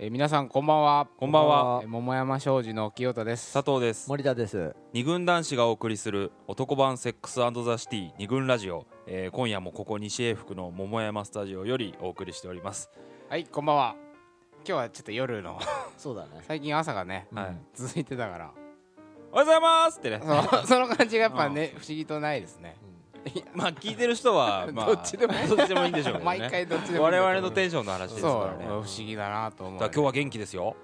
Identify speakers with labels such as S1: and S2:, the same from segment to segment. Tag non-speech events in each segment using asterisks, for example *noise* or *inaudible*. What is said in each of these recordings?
S1: えー皆さんこんばんは
S2: こんばんは
S1: えー桃山商事の清田です
S2: 佐藤です
S3: 森田です
S2: 二軍男子がお送りする男版セックスザシティ二軍ラジオ、えー今夜もここ西英福の桃山スタジオよりお送りしております、
S1: はいこんばんは今日はちょっと夜の *laughs*
S3: そうだね
S1: 最近朝がね
S2: はい
S1: 続いてたから
S2: おはようございますってね
S1: その *laughs* その感じがやっぱね不思議とないですね
S2: まあ聞いてる人は、まあ、
S1: どっちでもいい
S2: どっちでもいいんでしょうけど、ね、
S1: 毎回どっちでもいい
S2: 我
S1: んだけど
S2: 々のテンションの話です
S1: そう
S2: からね
S1: 不思議だなと思う
S2: だから今日は元気ですよ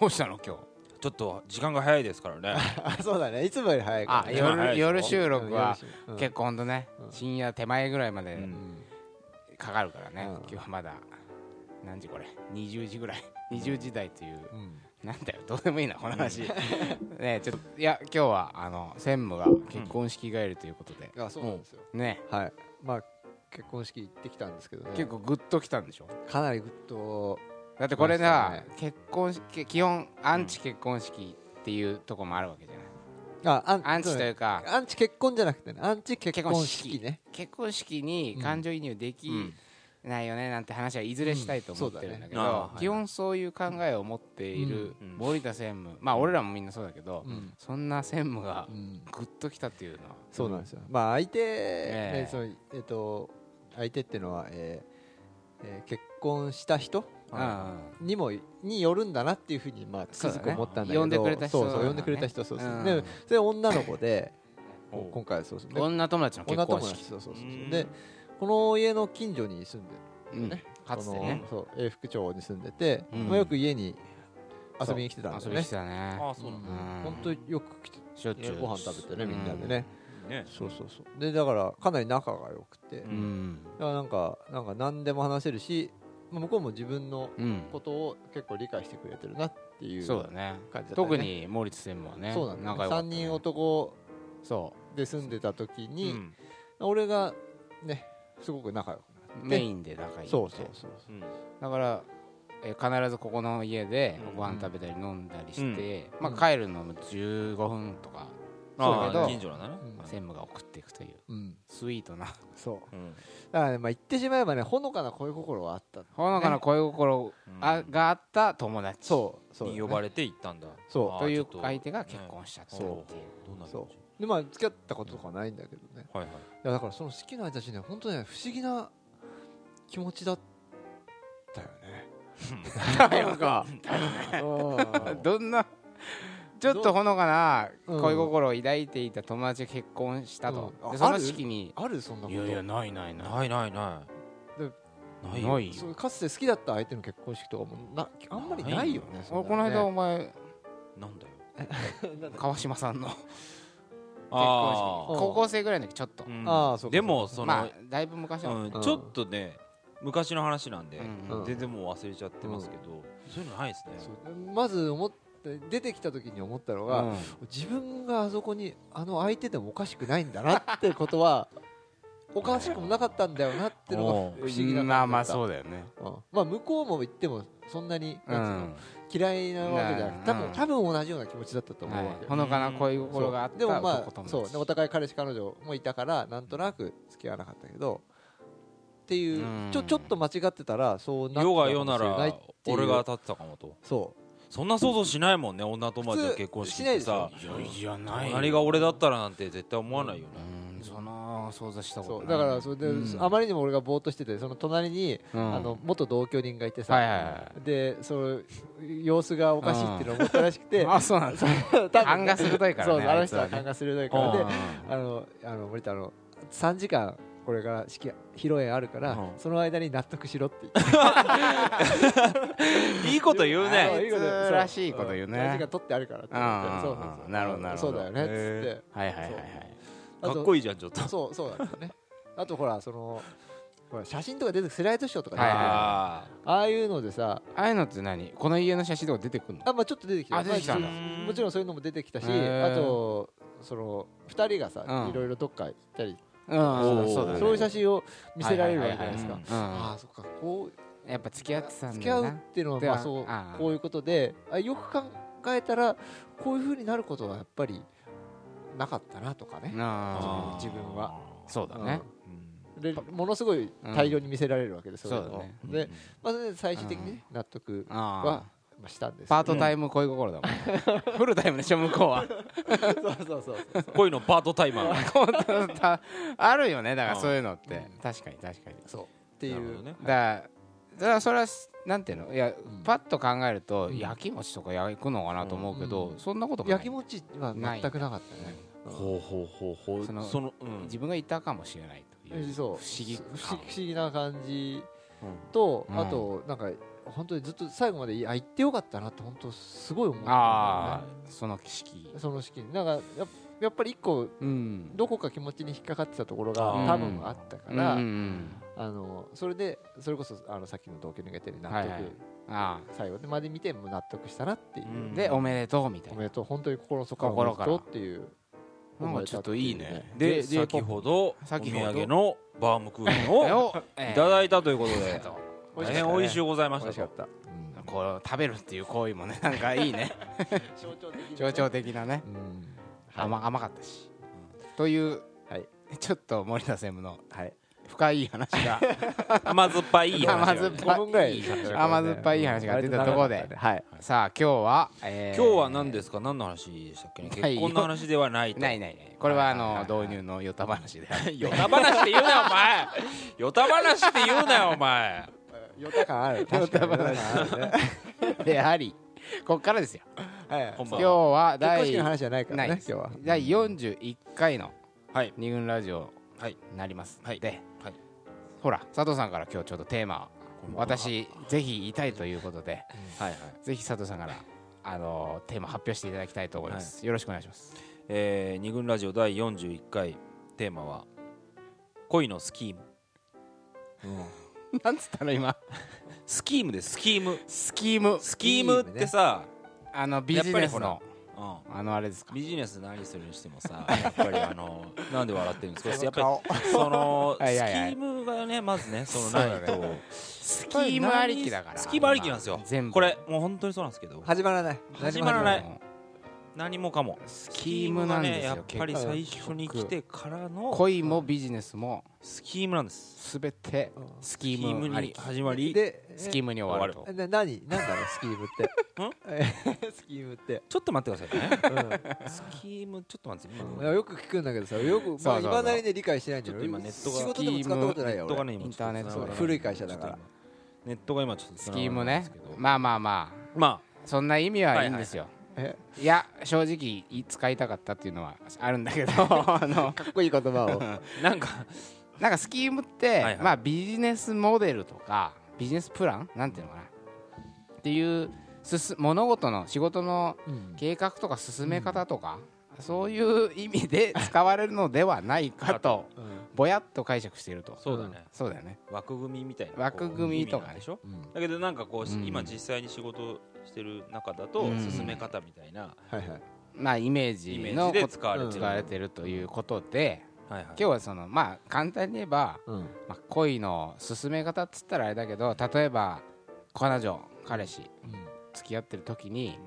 S1: どうしたの今日
S2: ちょっと時間が早いですからね
S3: *laughs* あそうだねいつもより早いから
S1: あ
S3: ね
S2: 今早いで
S1: 夜
S2: す
S1: 夜収録は
S3: うん
S1: 結構ほんとね深夜手前ぐらいまで
S2: うん
S1: かかるからね
S3: うん
S1: 今日はまだ何時これ20時ぐらい20時台という
S3: うん
S1: なんだよどうでもいいなこの話 *laughs* ねえちょっといや今日はあの専務が結婚式帰るということで、
S3: あそうなんですよ
S1: ね
S3: はいまあ結婚式行ってきたんですけどね
S1: 結構グッときたんでしょ
S3: かなりグッと
S1: だってこれさ、
S3: そうで
S1: 結婚式基本アンチ結婚式っていうとこもあるわけじゃない、
S3: あアン
S1: アンチというか
S3: アンチ結婚じゃなくてねアンチ結婚式ね
S1: 結婚式に感情移入でき
S2: うん
S1: ないよねなんて話はいずれしたいと思ってるんだけど、
S2: うんそうだねああ
S1: 基本そういう考えを持っている
S2: うん
S1: 森田専務まあ俺らもみんなそうだけど、
S3: うん
S1: そんな専務が
S3: うん
S1: グッときたっていうのは
S3: そうなんですよまあ相手
S1: え
S3: ねそのえっと相手っていうのはえーえー結婚した人
S1: うんうん
S3: にもによるんだなっていうふうにまあつくづく思ったんだけど
S1: 呼んでくれた人
S3: そう
S1: なん
S3: そう
S1: だね
S3: 呼んでくれた人そうそう
S1: うん
S3: でそれ女の子で
S2: おう
S3: 今回そうそうで
S1: 女友達の結
S3: 女
S1: 婚
S3: 友達
S1: 式
S3: そうそうそ
S2: う
S3: うそ
S2: ん
S3: うでこの家の近所に住んで
S1: うんかつてね
S3: このそう永福町に住んでて、
S1: うん
S3: まあ、よく家に遊びに来てたんだ
S1: 遊び
S3: よ
S1: に
S3: ね
S1: 来てたね
S2: ああそうなんだ
S1: うん
S3: 本当よく来て
S1: しょっちゅう
S3: ご飯食べてねみんなでね、
S2: ね
S3: そうそうそうでだからかなり仲が良くて、
S1: う
S2: う
S1: ん
S3: だ
S2: ん
S1: ん
S3: からなんかなんか何でも話せるし、まあ、向こうも自分の
S1: うん
S3: ことを結構理解してくれてるなっていう
S1: そうだね
S3: 感じだったよ
S1: 特
S3: ね
S1: に森田専務はね
S3: そうなんだ、ね、
S1: 仲良かった
S3: 3
S1: ね
S3: 人男
S1: そ
S3: で住んでた時
S2: う
S3: に、
S2: ん
S3: 俺がねすごく仲良くな
S1: うメインで仲良い
S3: そうそうそう
S2: うん
S1: だからえー必ずここの家で
S2: うん
S1: ご飯食べたり飲んだりして
S3: ん
S1: まあ帰るのも15分とかそうだ
S2: あ
S1: け
S2: あ
S1: ど
S2: 近所なんだね、
S3: うん
S1: 専務が送っていくという
S3: うん
S1: スイートな
S3: そう
S2: うん
S3: だからね、まあ、言ってしまえばねほのかな恋心はあった
S1: ほのかな恋心あ
S2: うん
S1: があった友達
S3: そうそうだね、
S2: に呼ばれて行ったんだ
S3: そう
S2: ああ
S1: という
S2: ちょっ
S1: 相手が結婚しちゃったっていう
S2: ねどんな
S3: そ
S2: 感じ
S3: うでまあ付き合ったこととかはないんだけどね
S2: はいはい
S3: いやだからその好きな人たちね本当ね不思議な気持ちだったよね *laughs* なんかうん
S1: どんなちょっとほのかな
S3: うん
S1: 恋心を抱いていた友達が結婚したと、
S3: うんあ
S1: でそ
S3: あ
S1: の
S3: る
S1: 式に
S3: あるそんなこと
S1: ないない
S2: ないないな
S3: で
S2: いな
S1: な
S2: いよ
S1: いよ
S3: そうかつて好きだった相手の結婚式とかもなあんまりないよねそ
S1: 俺
S3: ん
S1: この
S3: な
S1: 間お
S3: のね
S1: 前
S2: なんだよ
S1: 川島さんの結
S2: あ
S1: 婚式高校生ぐらいの時ちょっと
S2: あ、うん
S3: ああそうか
S2: でもその、
S1: まあだいぶ昔の、
S2: うん
S3: うん
S2: ちょっとね昔の話なんで、
S1: うん
S3: うん
S2: 全然もう忘れちゃってますけど、そういうのないですね
S3: そうまず思って出てきた時に思ったのが、
S1: うん
S3: 自分があそこにあの相手でもおかしくないんだなってこ
S1: *laughs*
S3: とはおかしくもなかったんだよなってのが
S2: おう
S3: 不思議な、
S1: まあまあそううだよね
S3: うんまあ、向こうも言ってもそんなに、
S1: う
S3: なん
S1: ん
S3: つうの嫌いなわけじゃなくて多分,、
S1: うん
S3: 多分同じような気持ちだったと思うわ
S1: は
S3: け
S1: い、
S3: よ、
S1: ほのかな恋心があっ
S3: そ
S1: た
S3: うでもま
S1: 男
S3: あ
S1: 友達
S3: そうでお互い彼氏彼女もいたからなんとなく付き合わなかったけどっていう、
S1: うん
S3: ちょちょっと間違ってたらそうなってたか
S2: 世
S3: も
S2: が
S3: しれ
S2: 世な
S3: ない
S2: ら
S3: っていう
S2: 俺が当たってたかもと
S3: そう
S2: そんな想像しないもんね女友達の結婚式ってさ
S3: 普
S1: いやいやないよ
S2: 隣が俺だったらなんて絶対思わないよね、
S1: うんその想像したこ
S3: そ
S1: と
S3: う
S1: ない
S3: だからそれで、
S1: うん
S3: あまりにも俺がぼーっとしててその隣に
S1: うん
S3: あの元同居人がいてさ、
S1: はいはいは
S3: でその様子がおかしいっていうのを思ったらしくて、
S1: あそうなんですね
S3: 多分ね
S1: 勘が鋭いからね
S3: そうそうあ
S1: あ
S3: の
S1: いつ
S3: 人
S1: はね
S3: は勘が鋭いか
S2: うん
S3: らであのあの森田あの3時間これから式披露宴あるから、
S2: うん
S3: その間に納得しろって言って
S2: いいこと言う
S1: あ
S2: ね
S1: いつらしいこと言うね
S3: 3時間取ってあるからって言われて
S1: う
S3: そ
S1: んう
S3: う
S1: んうん
S3: そうそう
S1: なるほどなるほど
S3: そうだよねっつ
S2: へ
S3: って
S1: はいはいはいはい
S3: あ
S2: か
S3: と
S2: っこいいじゃんちょっと
S3: そうそうなんだよねあとほらそのほら写真とか出てくるスライドショーとか出てくる
S1: はいはいはい
S2: あ
S3: ああいうのでさ
S1: ああいうのって何この家の写真とか出てくるの
S3: あまあちょっと出てきた
S1: あ出てきたんだ
S3: まあもちろんそういうのも出てきたし、
S1: へー
S3: あとその2人がさ、
S1: うん
S3: いろいろどっか行ったり、
S1: うん
S2: おー
S1: そうだね
S3: そういう写真を見せられるわけじゃないですか、
S2: はいはいはいはい
S3: ああそっかこう
S1: うんやっぱ付き合ってたんだ
S3: 付き合
S1: よ
S3: うっ
S1: な
S3: ていうのは
S1: では
S3: まあそう
S1: あー
S3: こういうことであよく考えたらこういうふうになることはやっぱりなかったなとかね、
S1: あ
S3: 自分は
S1: ーそうだね
S2: うん
S3: でものすごい大量に見せられるわけです、
S1: うん
S3: そういうのを
S1: そうだね
S3: で、まあ、それで最終的に納得
S1: あ
S3: は
S1: あ
S3: まあ、したんですけど
S1: パートタイム恋心だもんフルタイムでしょ向こう *laughs* は
S3: そうそうそうそう
S2: 恋のパートタイマー
S1: 本当だあるよねだか
S2: う
S1: ら
S2: ん
S1: そういうのって確かに確かに
S3: そうってい
S2: なるほど
S3: う、
S2: ね
S1: だからだからそれはなんていうのいや
S3: ん
S1: パッと考えると
S3: うん
S1: 焼き餅とか焼くのかなと思うけど
S3: うん
S1: そんなこともない
S3: 焼き餅は全くなかったねうん
S2: ほうほうほうほう
S1: その
S2: そのうん
S1: 自分がいたかもしれないという不
S3: そう
S1: 思議
S3: 不
S1: 感
S3: 思議不思議な感じと、
S1: うん
S3: あとなんか本当にずっと最後までいや行ってよかったなって本当すごい思ったんだ
S1: あ
S3: よ
S1: あその景色
S3: ねその式になんかやっやっぱり一個
S1: うん
S3: どこか気持ちに引っかかってたところが
S2: うん
S3: 多分あった
S1: う
S3: か
S1: んう
S3: ら、
S1: ん
S3: あのそれでそれこそあのさっきの同居に抜けてる納得、
S1: はいはいあ
S3: 最後まで見ても納得したなっていう、
S2: うん
S1: あでおめでとうみた
S3: お
S1: い
S3: め
S1: な
S3: でとう本当に心の底からおめでとうっていう
S1: なんかちょっといいね
S2: で
S1: J- J-POP
S2: 先ほどお土
S1: 先ほど
S2: 産のバームクーヘン
S1: え
S2: を
S1: を
S2: い
S1: い
S2: ただいたということで
S3: 美
S2: 大
S3: 味しかったね
S2: 変美味しゅうござい
S3: 美
S2: まし
S3: 味したかっ
S2: と
S3: た、
S1: こう食べるっていう行為もねなんかいいね
S3: 象徴的
S1: 象徴的なね
S3: うん
S1: 甘甘かったしという
S3: はい
S1: ちょっと森田専務の
S3: はい
S1: 深い話
S3: *laughs*
S1: が
S2: 甘酸っぱいいい話
S1: 甘
S2: が
S1: 酸っ
S2: ね
S1: ぱ
S3: 5分ぐら
S1: い
S3: い
S1: い甘酸っぱいいい話が出たところで
S3: はい
S1: さあ今日は今
S2: 今日は何ですすか何の話でしたっけね
S1: ない
S2: 結婚の話ではないと
S1: ないないないこれはあ
S3: はい
S1: の
S3: はいはいはい
S1: 導入のヨタ話で
S2: ヨタ話って言うなよお前ヨタ話って言うなよお前
S3: ヨタ感ある確かに
S1: ヨタ
S3: ヨタ感あるね
S1: でありこっからですよ
S3: はい
S2: こんば
S1: 今
S2: ん
S1: 日
S2: は
S1: は
S3: 結婚
S1: 第
S3: 式の話じゃないから
S1: ない
S3: ね
S1: で
S3: 今
S1: す
S3: 日は
S1: 第41回の
S2: はい
S1: 二軍ラジオ
S2: はい
S1: になります
S2: はい
S1: で
S2: はい
S1: ほら佐藤さんから今日ちょっとテーマを私ぜひ言いたいということで
S2: はいはい
S1: ぜひ佐藤さんからあのテーマ発表していただきたいと思いますよろしくお願いし
S2: *laughs*
S1: ます
S2: えー二軍ラジオ第41回テーマは恋のスキーム
S1: なんつったの今
S2: スキームですスキーム
S1: スキーム
S2: スキームってさ
S1: あのビジ
S2: や
S1: ネ
S2: っぱ
S1: ス
S2: りほ
S1: の
S2: うん
S1: あのあれですか
S2: ビジネス何するにしてもさやっぱり
S1: *laughs*
S2: あのなんで笑ってるんですかやっぱ
S3: 顔
S2: りそのスキ
S1: はいはいはい
S2: ームがねまずねその
S1: そう
S2: ない
S1: だね
S2: と
S1: スキームありきだから
S2: スキームありきなんですよ
S1: まあ全部
S2: これもう本当にそうなんですけど
S3: 始まらない
S2: 始まらない
S1: も
S2: 何もかも
S1: うスキームなんですよ
S2: スキームがねやっぱり
S1: 結
S2: 最
S1: 局
S2: 初に来てからの
S1: 恋もビジネスも
S2: スキームなんです
S1: すべてスキ
S2: スキーム
S1: ームあり
S2: に
S1: き
S2: 始まり
S3: で
S1: スキームに終わると
S3: えな何なんだろうスキームって *laughs* スキームって
S2: ちょっと待ってくださいね
S3: うん
S2: スキームちょっと待って
S3: いやよく聞くんだけどさよく
S1: そう
S3: まあ
S1: そうそう
S3: いまだにね理解してないんだ
S2: ち
S3: よ
S2: ょっと今
S3: 俺
S2: ネットが
S3: 仕事でも使ったことない
S2: ネ
S3: よ
S2: ットが
S3: 俺
S2: ね今
S1: インターネット
S2: ちょっと繋がらない
S3: 古い会社だから
S2: ちょっと今ネットが今ちょっと
S1: ス
S2: 繋
S1: キー
S2: が
S1: ム
S2: らないん
S1: ね
S2: ですけど
S1: まあまあまあ
S2: ま
S1: そんな意味はいいんですよ
S3: え
S1: いや正直い使いたかったっていうのはあるんだ
S2: *laughs*
S1: けどあの
S3: かっこいい言葉を
S2: あなんか
S1: なんかスキームっ
S2: は
S1: て
S2: いはい
S1: まあビジネスモデルとかビジネスプランなんていうのかなっていう進物事の仕事の計画とか進め方とか、そういう意味で使われるのではない
S2: *laughs*
S1: かとぼやっと解釈していると
S2: そうだね
S1: そうだよね
S2: 枠組みみたいな
S1: 枠組みとかね
S2: こう意味なんでしょ
S3: うん
S2: だけどなんかこう、
S1: うん
S2: 今実際に仕事してる中だと
S1: うん
S2: 進め方みたいな
S3: はいはい
S1: まあイメー
S2: イメ
S1: ジ
S2: ー
S1: の
S2: ジで
S1: こ
S2: 使われてる、
S3: うん
S1: 使われてるということで、
S2: はいはい、
S1: 今日はそのまあ簡単に言えば、
S3: うん
S1: まあ、恋の進め方っつったらあれだけど例えば彼女彼氏付き合ってる時に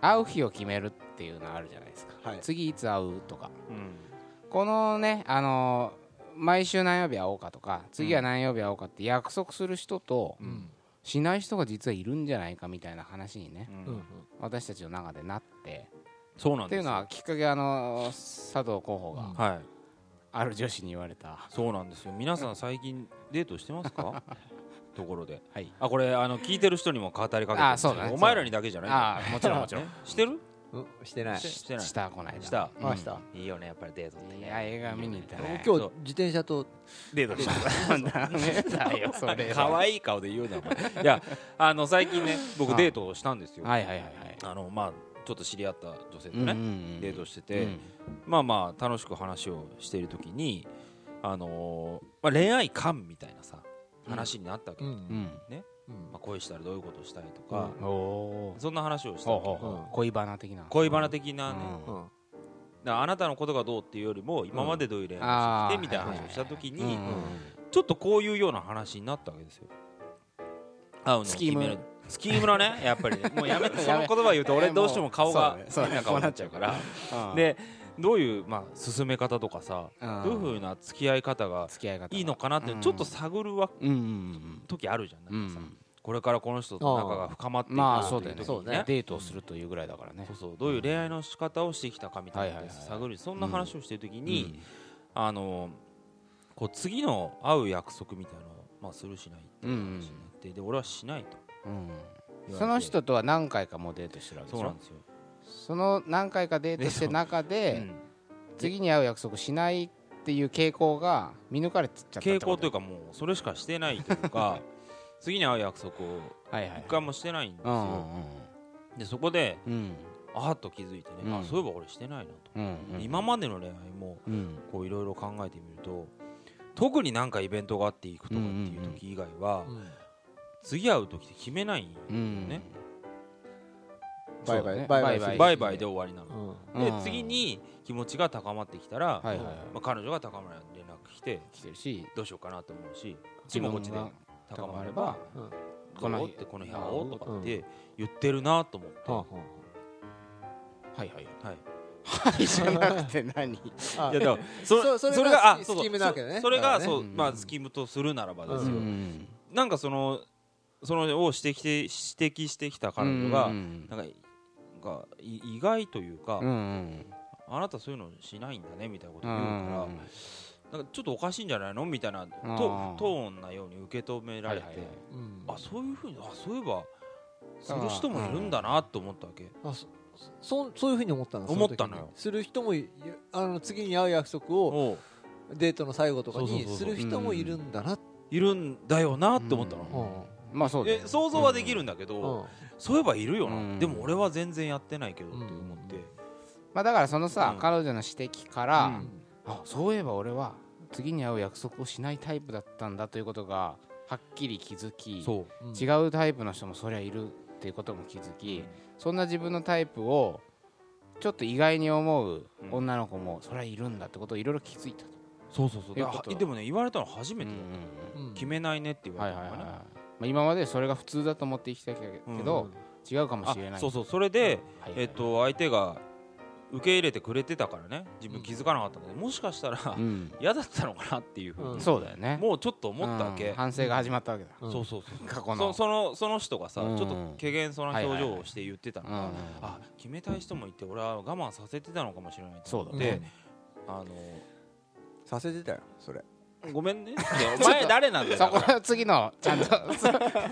S1: 会う日を決めるっていうのあるじゃないですか、
S3: はい
S1: 次いつ会うとか
S2: うん
S1: このねあの毎週何曜日会おうかとか次は何曜日会おうかって約束する人と、
S3: うん
S1: しない人が実はいるんじゃないかみたいな話にね
S2: うん
S3: うん
S1: 私たちの中でなって
S2: そうなん
S1: って
S2: で
S1: いう
S2: す
S1: のはきっかけあの佐藤候補
S3: う
S1: が
S3: ん
S2: はい
S1: ある女子に言われた
S2: そうなんですよ皆さん最近デートしてますか *laughs* ところで、
S1: はい
S2: あこれあの聞いてる人にも語りかけてるんですよ
S1: あそうだね
S2: お前らにだけじゃない
S1: ああもちろんもちろん
S2: ねしてる
S3: うんしてない
S2: ししてない
S1: したこないだ
S2: した
S1: うん
S3: 回した
S2: いいよねやっぱりデートって
S1: いや映画見に行ったね
S3: 今
S2: そ
S3: 日
S2: う
S3: 自転車と
S2: デートした
S1: ダメだよ *laughs* それ
S2: *laughs* 可
S1: は
S2: 愛い顔で言うなお前いやあの最近ね僕
S1: あ
S2: デートをしたんですよ
S1: はいはいはいはい
S2: あのまあちょっと知り合った女性と
S1: うんうんう
S2: ね
S1: ん
S2: デートしてて
S1: うん
S2: まあまあ楽しく話をしている時にあのーまあ恋愛観みたいなさ話になったわけ
S3: う
S2: ま
S1: うんん
S2: あ恋したらどういうことしたいとか
S1: おお
S2: そんな話をした
S1: ほう
S2: わけ
S1: ほうほう恋バナ的な
S2: 恋バナ的なね
S1: うん
S3: うん
S2: だからあなたのことがどうっていうよりも今までどういう恋愛を
S1: あ
S2: し
S1: あ
S2: てきてみたいな話をした時
S1: うんう
S2: に
S1: ん
S2: ちょっとこういうような話になったわけですよ会うのを
S1: ス
S2: 決
S1: キーム
S2: めるスキーム
S1: *laughs*
S2: のねやっぱりねもうやめてそ
S1: や
S2: の
S1: め
S2: 言葉言うと
S1: い
S2: 俺
S1: や
S2: どうしても顔が
S1: もうそうだねそうだね
S2: 変な顔になっちゃうから
S1: うん
S2: でどういうまあ進め方とかさ
S1: うん
S2: どういうふうな付き合い方が
S1: 付き合い方が
S2: いいのかなって
S1: うん
S2: ちょっと探るわ
S1: うんうん
S2: 時あるじゃんなんかさ
S1: うん
S2: これからこの人と仲が深まっていく
S1: まあ
S2: と
S1: そう
S2: い
S1: だよ
S2: う
S1: ね
S2: 時
S4: そう
S2: に
S4: ね
S2: ね
S1: デートをするというぐらいだからね
S2: そうそうどういう恋愛の仕方をしてきたかみたいな
S1: はい
S2: のを
S1: はいはい
S2: 探るそんな話をしてる時に、あのこう次の会う約束みたいなのを、まあ、するしないっていう話になって、で俺はしないと
S1: うん
S2: 言われて
S1: その人とは何回かもうデートしてるわけで
S2: そう
S1: し
S2: な
S1: ょ
S2: んですよ、
S1: その何回かデートしてる中
S2: う
S1: で
S2: ん
S1: 次に会う約束しないっていう傾向が見抜かれちゃったって
S2: 傾
S1: こ
S2: 向
S1: と
S2: とい
S1: よ
S2: うかもうそれしかしてないとい
S1: *laughs*
S2: うか次に会う約束を
S1: はいはい
S2: 一回もしてないんです
S1: う
S2: よ、
S1: ん
S2: でそこで
S1: うん
S2: あっと気づいてね、
S1: うん
S2: あそういえば俺してないなと、
S1: うんうんうん
S2: 今までの恋愛も
S1: うん
S2: こういろいろ考えてみると特になんかイベントがあっていくとかっていう時以外は、次会う時って決めないんだよ
S1: うん
S2: ね、
S4: バイバイね
S1: そうだ
S4: バイバイ
S1: バイバ
S2: バ
S1: イ
S2: イバイで終わりなの、
S1: うん
S2: で次に気持ちが高まってきた
S1: は
S2: ら、
S1: いはいはい
S2: まあ、彼女が高まら連絡来て
S1: 来てるし
S2: どうしようかなと思うしこっちもこっちで
S1: 自分が
S2: 高まれば
S1: こ
S2: こ
S1: の
S2: の
S1: 日
S2: 日ってこの日会おうとかって言ってるなと思って、
S1: はいはい
S2: はい、
S1: はいじゃなくて何
S2: いやだから
S4: *laughs* そ
S2: そ
S4: それが
S2: あ
S4: ス
S2: そうそう
S4: スキームなわけだね
S2: そそれ
S4: だか
S2: が
S4: らね
S2: そう
S1: うん
S2: まあスキムとするならばです
S1: う
S2: よ、
S1: ん
S2: なんかそのそのを指摘して指摘してきた彼女が、
S1: うん
S2: なんかがい意外というか、
S1: うんうん
S2: あなたそういうのしないんだねみたいなこと
S1: う
S2: 言うから、
S1: ん
S2: なんかちょっとおかしいんじゃないのみたいなト
S1: あー
S2: トーンなように受け止められて、
S1: はいはいはい
S2: あそういうふうにあそういえばする人もいるんだなと思ったわけ、
S4: あそそそういうふうに思ったのそ
S2: 思っ
S4: 時
S2: た
S4: に
S2: のよ
S4: する人もいあの次に会う約束を
S2: おう
S4: デートの最後とか
S2: そうそう
S4: に
S2: そう
S4: す
S2: そう
S4: る人もいるんだなって
S2: いるんだよなって思った
S1: うん
S2: の、
S1: まあそうだよ
S2: え想像はできるんだけど、
S4: うん
S2: そういえばいるよな、
S1: うん
S2: でも俺は全然やってないけどって思って、
S1: まあだからそのさ
S2: うん
S1: 彼女の指摘からあそういえば俺は次に会う約束をしないタイプだったんだということがはっきり気づき
S2: そう
S4: うん
S1: 違うタイプの人もそりゃいるっていうことも気づき、そんな自分のタイプをちょっと意外に思う
S2: うん
S1: 女の子もそりゃいるんだってことをいろいろ気づいたと、
S2: そうそうそう
S1: いう
S2: だ
S1: こと
S2: からでもね言われたの初
S1: う
S2: め
S1: ん
S2: て
S1: う
S2: だった、
S1: ん
S4: うん
S2: 決めないねって言
S1: うん、
S2: わ
S1: はい
S2: れ
S1: は
S2: た
S1: い
S2: の
S1: はい
S2: か
S1: はい、
S2: な、
S1: まあ、今までそれが普通だと思って生きてきたけど、違うかもしれな
S2: あ
S1: い
S2: そうそうそれで、
S1: はいはい
S2: えっと相手が受け入れてくれてたからね自分気づかなかったので、もしかしたら、
S1: うん、
S2: 嫌だったのかなっていうふうに、
S4: うん
S1: そうだよね
S2: もうちょっと思ったわ
S1: う
S2: け
S1: ん、反省が始まったわけだ、
S4: うん
S2: そうそうそう
S1: 過去
S2: そ
S1: の
S2: そのその人がさ、
S1: うん
S2: ちょっと軽減そうな表情をして言ってたのが、
S1: はいはいはいうん
S2: あ決めたい人もいて俺は我慢させてたのかもしれないと
S1: そう
S2: 思
S1: だ
S2: っ
S1: ね
S2: て、
S4: うん
S2: あ
S4: させてたよそれ
S2: のごめんね *laughs* いやお前誰なんだよ
S1: そ
S2: だ
S1: こ
S2: から
S1: の次のち
S2: *laughs*
S1: ゃんと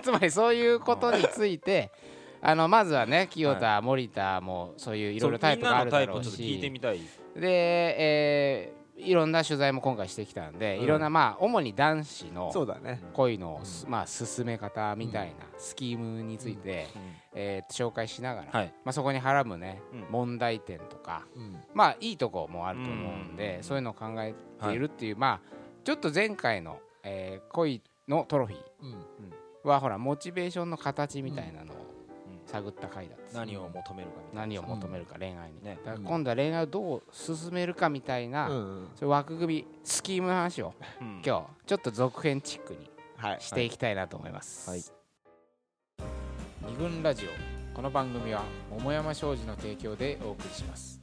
S1: つまりそういうことについてあのまずはね清田、森田もそういういろいろタイプがあるだろう
S2: そうみんなのタイプをちょっと聞いて
S1: し
S2: みたい
S1: で、えーいろんな取材も今回してきたんで、
S4: うん
S1: いろんなまあ主に男子
S4: そ
S1: の
S4: うだね
S1: 恋の、まあ、進め方みたいなスキームについて、えー紹介しながら、
S2: はい
S1: まあ、そこにはらむね、
S2: うん
S1: 問題点とか
S4: うん
S1: まあいいとこもあると思うんで、
S2: うん
S1: そういうのを考えているっていう、まあちょっと前回の、えー恋のトロフィー
S4: うん
S1: はほらモチベーションの形みたいなのを
S2: うん
S1: 探った回だった、
S2: 何を求めるかみたいな
S1: 何を求めるか恋愛に、
S2: ね
S1: だから今度は恋愛をどう進めるかみたいな、
S4: うん
S1: そういう枠組みスキームの話を
S2: うん
S1: 今日ちょっと続編チックに
S4: はい
S1: していきたいなと思います、
S2: はい
S1: 二軍ラジオこの番組は桃山商事の提供でお送りします